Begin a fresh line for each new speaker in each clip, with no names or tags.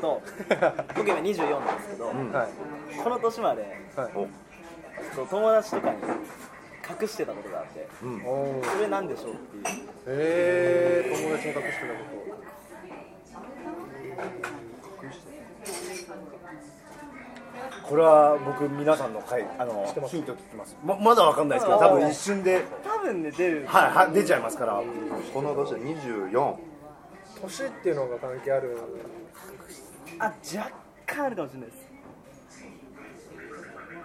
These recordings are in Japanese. と僕今24なんですけど、
ん
はい
この年まで
はい
お
そう友達とかに隠してたことがあって
うん
おお
それなんでしょうっていう
えー、友達に隠してたこ
これは僕皆さんの回あの
知ってます
ヒント聞きますままだわかんないですけど多分一瞬で
多分ね出る
はいはい出ちゃいますから
この年は24
と年っていうのが関係ある
あ若干あるかもしれないです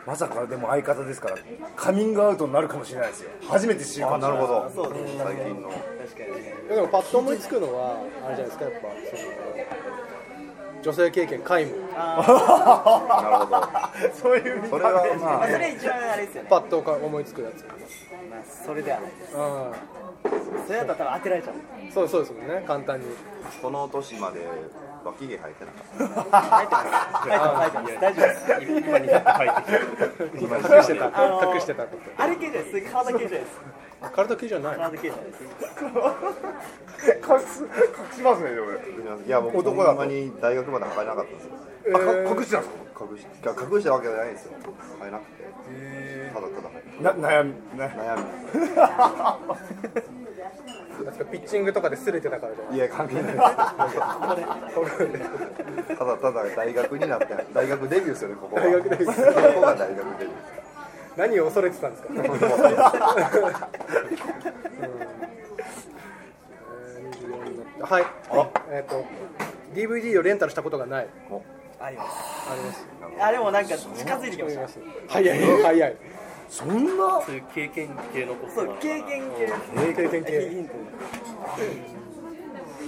まさかでも相方ですからカミングアウトになるかもしれないですよ初めて知るか
あ
もしれ
な
な
る
い
ほど
そうですね
最近の
確かに確かに
いやでもパッと思いつくのはあれじゃないですかやっぱその女性経験皆無
あ
なるほど
そういう意味
それは
ー
ま
まあ
あ
それ一番あれですよね、
パッと思いつくやつ
まあ、それではないです
う
それだったら多分当てられちゃうん
そうそうですもんね簡単に
この年まで脇毛生えてなかっ
入ってます入ってます大丈夫です
今になって入って
隠してた
あのー
隠してたこと
あれ系じゃないです体系じゃないです
体系じゃない
体系じゃないです
きて隠す隠しますねでも
たいや僕
男
男
だ
が
と
ほんまに大学まで生えなかったんですよ
えー
あか隠してたんですか
隠しいや隠したわけじゃないんですよ生えなくてただただ
な悩みな
悩
確かピッチングとかで擦れてたからじゃない
みいや関係ないですただただ大学になって大学デビューですよねここは
大学デビュー
ここが大学デビュー
何を恐れてたんです か、うんえー24になってはいえっ、と DVD をレンタルしたことがない
あります
あります
あでもなんか近づいてきま
あ
し
り
た
ます早い早い
そんな
そういう経験系のこと
そう経験系
経験系
ヒント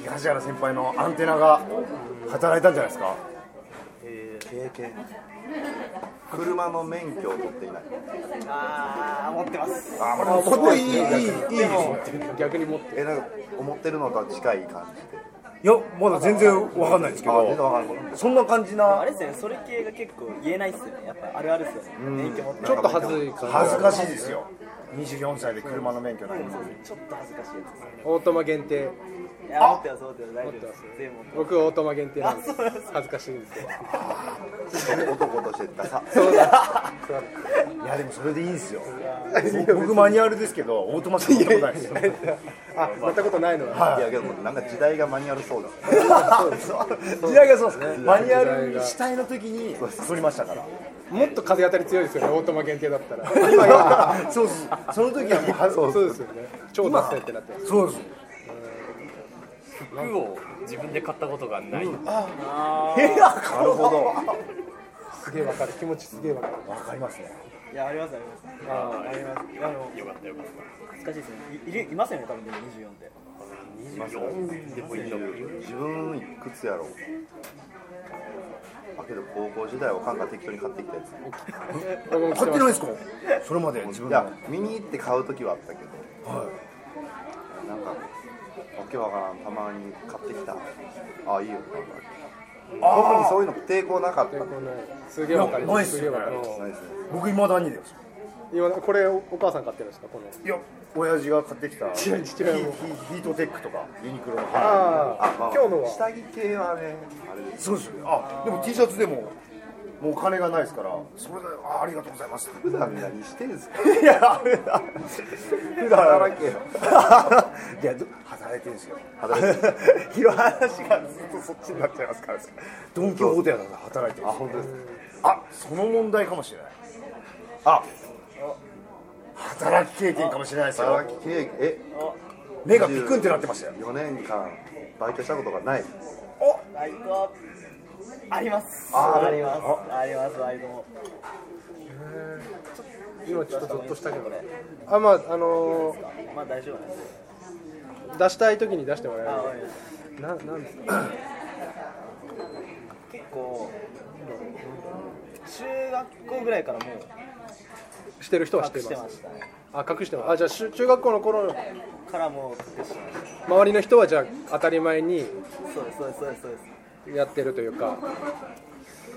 東原先輩のアンテナが働いたんじゃないですか
経験車の免許を取っていない
ああ持ってます
あ
あ持っていいいいいい
でも
逆に持って
えなんか思ってるのとは近い感じ
いやまだ全然わかんないですけ
あ全然
ど
わからんこと
そんな感じ
あ
な
れですよねそれ系が結構言えないっすよねやっぱあるあるっすよね免許持って
ちょっと恥ずい感じ
恥ずかしいですよ24歳で車の免許ない
そうですねちょっと恥ずかしいやつですね
オートマ限定
いや持ってます持ってます大丈夫で
持
す全部持ってます
僕オートマ限定なんです
あそうなんです
恥ずかしいんですけど
男としてダサ
そうだそうだ
いやでもそれでいいんですよ僕マニュアルですけどオートマしか乗ったことないですよ
あ乗ったことないのは、
いやけどなんか時代がマニュアルそうです
時代がそうですねマニュアルに主体の時に撮りましたから
もっと風当たり強いですよねオートマ限定だったら
今がそうですその時はもうは
そうですよね超達成ってなってます
そうです
服を自分で買ったことがない、
部屋買
なるほど
すげえわかる気持ちすげえわかる
わかりますね
いやありますありますあありますいやでも
よかったよかった
恥ずかしいですねいいるいますよね多分でも24って
24でもいいの
自分いくつやろうあけど高校時代おかんが適当に買ってきたやつ
僕も来
買っててな
ま
い
す
ですかそれまで自分
い
で
や見に行って買う時はあったけど
は
なんかわけわからんたまに買ってきたああいいよなんか特にそういうの抵抗なかった
こ
な
のすげえわかり
いやな
ま
いっ
す
す
すげえ
よね
わかります
いですね
僕いまだにです
今これお母さん買ってるんですかこの
いや親父が買ってきた
違う違う
ヒヒヒートテックとかユニクロの
ああ
あ、まあ、
今日のは
下着系はねあれです
そうですよねあでも T シャツでももうお金がないですからそれであありがとうございます
普段何してんすか
いや普段
働けよ
いやど働いてるんですよ
働いて
広話がずっとそっちになっちゃいますからドン・キホーテやから働いてる
あ
んです
本当ですか
あその問題かもしれないあ働き経験かもしれないですよ
働き経験え
目がピクンってなってましたよ
4年間バイトしたこと がない
バイトあります
あ
ありますありますバイトも
今ちょっとゾッとしたけど
これ
あまああの
まあ大丈夫なんです
ー出したい時に出しても
あ
ら
わかりました
えるななんですか
結構中学校ぐらいからもう
してる人はして
隠して
ま
ますしたね
あ隠してますあじゃあしゅ中学校の頃
からもう隠してまし
周りの人はじゃあ当たり前に
たそうですそうですそうですそうです
やってるというか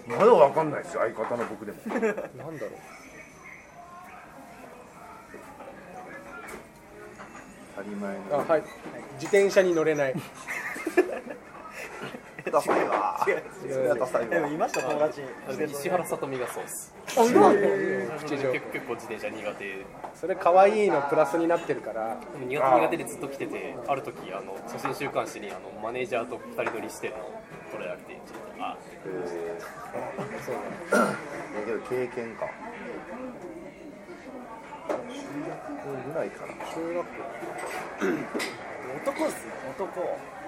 まだわかんないですよ相方の 僕でも
なんだろう
当たり前
あ
の
はい自転車に乗れない
ダサいわそれはダサい
でもい
わ
ました友達に
石原さとみがそうです
あいない
結構結構自転車苦手で
それ可愛いのプラスになってるから
でも苦手苦手でずっと来ててある時あの写真週刊誌にあのマネージャーと二人乗りしてるの撮られてちょっとあ
え
そうね
ーだけど経験か中学ぐらいかな
中学
男っすね男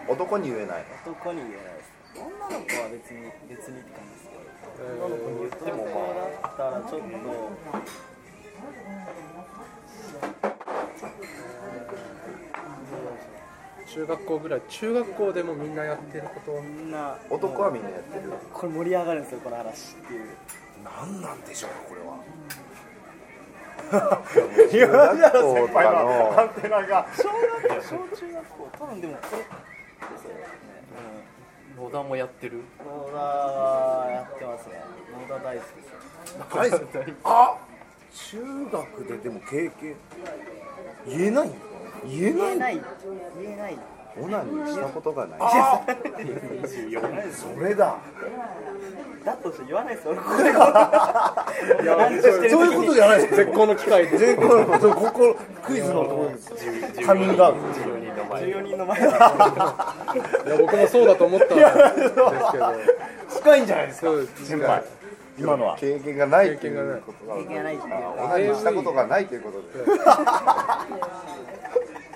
男に言えない
男に言えないです女の子は別に別にって感じですけど
校
女の子に言ってもまあだったらちょっと
中学校ぐらい中学校でもみんなやってること
みんな
男はみんなやってる
これ盛り上がるんですよこの話っていう
何なんでしょうこれは
中学校とかの
ンテナが
小学校小中学校多分でもこれですよね
野田もやってる
うん野田はやってますね野田大好きですよ
大好きあ中学ででも経験言えない言え
言え
ない
ない言えない
オナニーしたことがない
あ
24
それだ
だとして言わないですよ俺こ れ何してる
そういうことじゃないです
絶好の機会で
全国のそうここクイズのところですカミングアウト
14人の前
14人の前だ
いや僕もそうだと思ったんですけど
近いんじゃないですか
そうです
先輩今のは
経験がないっていうことな
経
の
験がないっていう
オナニーしたことがないということ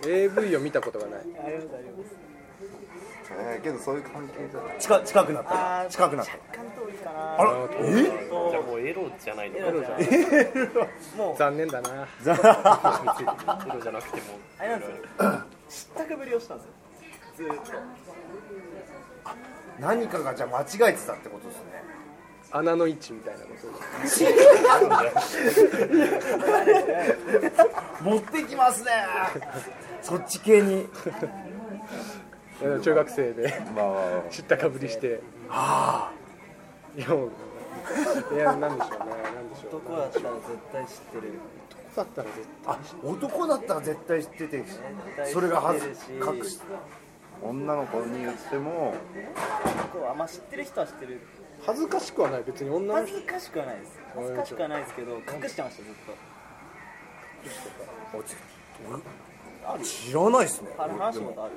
で
AV を見たことがない
ありがとうございます
えーけどそういう関係じゃない
近近くなっ
あ
た
ー
近くなった
若干遠いかな
あらえ
じゃあもうエロじゃないの
エ
エ
ロ
ロ
じ
じ
ゃ
ゃ
な
ないい
もう
残念だな
エロじゃなくても
あれなんですよ知ったかぶりをしたんですよずーっと
何かがじゃあ間違えてたってことですね
穴の位置みたいなこと
持ってきますねそっち系に
いや中学生で
まあまあまあ
知ったかぶりしてああいやもういやなんでしょうねなんでしょう
男だったら絶対知ってる
男だったら絶
あ男だったら絶対知っててそれがはず隠し
女の子に言っても
男はまあ知ってる人は知ってる
対恥ずかしくはない別に女の
恥
人
ずかしくはないです恥ずかしくはないですけど隠してましたずっ
あぜ俺知らないですね
とあれ話したことある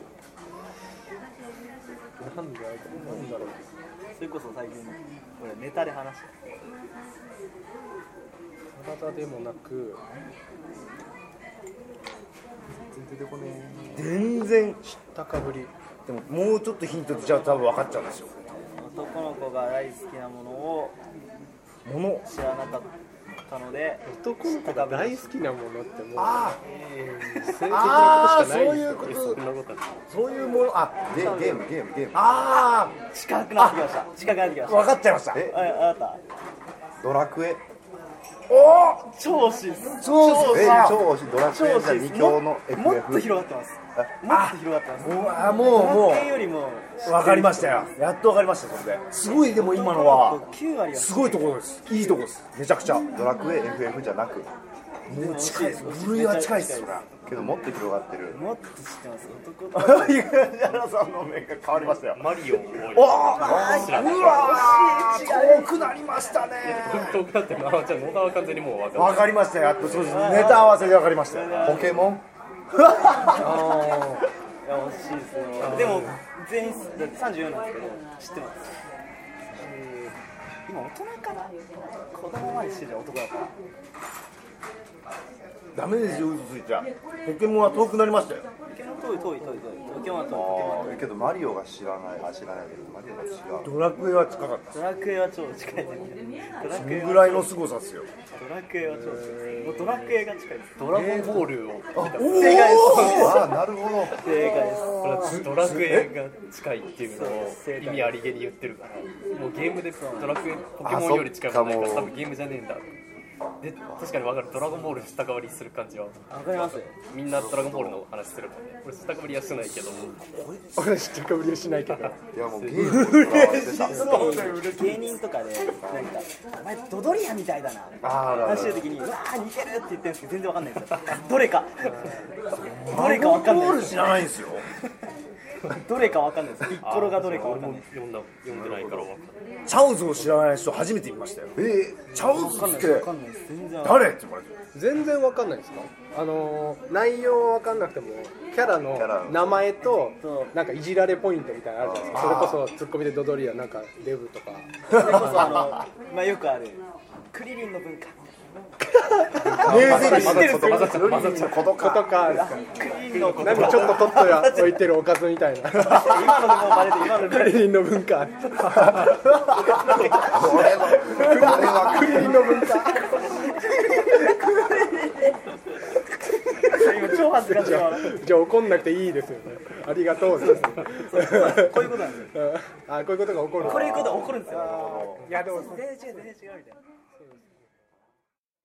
なんでなんだろう
それこそ最近俺ネタで話した
体でもなく
全然
知ったかぶり
でももうちょっとヒントでじゃあ多分分かっちゃうんです よ
男の子が大好きなものを
もの
知らなかったので
男の子が大好きなものってもう
あ
性的なことしかない
あーそういうこ
い
と
やそんなことはない
そういうものあ
ゲゲームゲームゲーム
あ
近くなってきました近くなってきま
あ
した
分かっちゃいました
え
ああなた
ドラクエ
おお
超惜しいです
そう
え
さ
超ドラク
超
エ
惜
じゃ
しいで
2
す
強の
ももっと
FF
広がってますもっと広がってます
うわもうも
ドラクエよりも
う分かりましたよやっと分かりましたそれですごいでも今のは
9割は
すごいところですいいところですめちゃくちゃも
ドラクエ FF じゃなく
う近いです部類は近いっすよ
けどもっと広がってる
もっと知ってます男と女
東原さんの目が変わりましたよ
マリオ
お
を
お
知らないう
わー遠くなりましたね
遠くなってるあじゃあ野田は完全にもう分か
わかりましたよやっと そうですネタ合わせでわかりましたよ
ポケモン
いや惜しいですねでも全員だって34なんですけど知ってます今大人かな子供までしてる男だから
ダメですよ嘘ついちゃポケモンは遠くなりましたよ
ポケモン遠い遠い遠い遠いポケモンは遠いポケモンは
あーけどマリオが知らないあ知らないけどマリオが違う
ドラクエは近かった
ドラクエは超近いですドラ
そ
クエ
のぐ
は
らいの凄さですよ
ドラクエは超近いですもうドラクエが近いです
ドラゴンボールを
正解です
ああなるほど
正解です
ドラクエが近いっていうのを
そう
意味ありげに言ってるからもうゲームでドラクエポケモンより近い
あそ
も
っ
ん
か
ないから
もう
多分ゲームじゃねえんだで確かに分かるドラゴンボール下代わりする感じは
わかります
みんなドラゴンボールの話するもんね俺下かぶりはしてないけど
俺知ったかぶりはしないけ ど
いやもうゲームにこだわってた
芸人とかでなんか「お前ドドリアみたいだな」
あーあるあ
話して
る
る時に「うわー似てる」って言ってるんですけど全然わかんないんですよどれかどれかわかんない
ボール知らないんですよ
どれかわかんないですピッコロがどれかわかんないです
読んだ読んでないから分かんない
チャオズを知らない人初めて見ましたよ
え
チャオズっ
わ
て
かんないです全然わかんない
誰って言われて
全然わかんないですかあのー内容わかんなくてもキャラの
キャラの
名前と
そ
なんかいじられポイントみたいなのあるじゃないですかそれこそツッコミでドドリやなんかデブとか
それこそあのまあよくあるクリリンの文化
名ゼリ
知ってる
混ざっちゃう混ざっちゃうこと
と
か
かですか
クリリンのこと
なんかちょっとトットや置いてるおかずみたいな
今のでもうバレてる今ので
クリリンの文化
これ は
クリリンの文化
今超恥ずかしい
じゃ
わ
あじゃあ怒んなくていいですよねありがとうですね
こういうことなんですよ
あこういうことが起こる
これいうことが起こるんですよ
いやでも
全然違う全然違うみたいな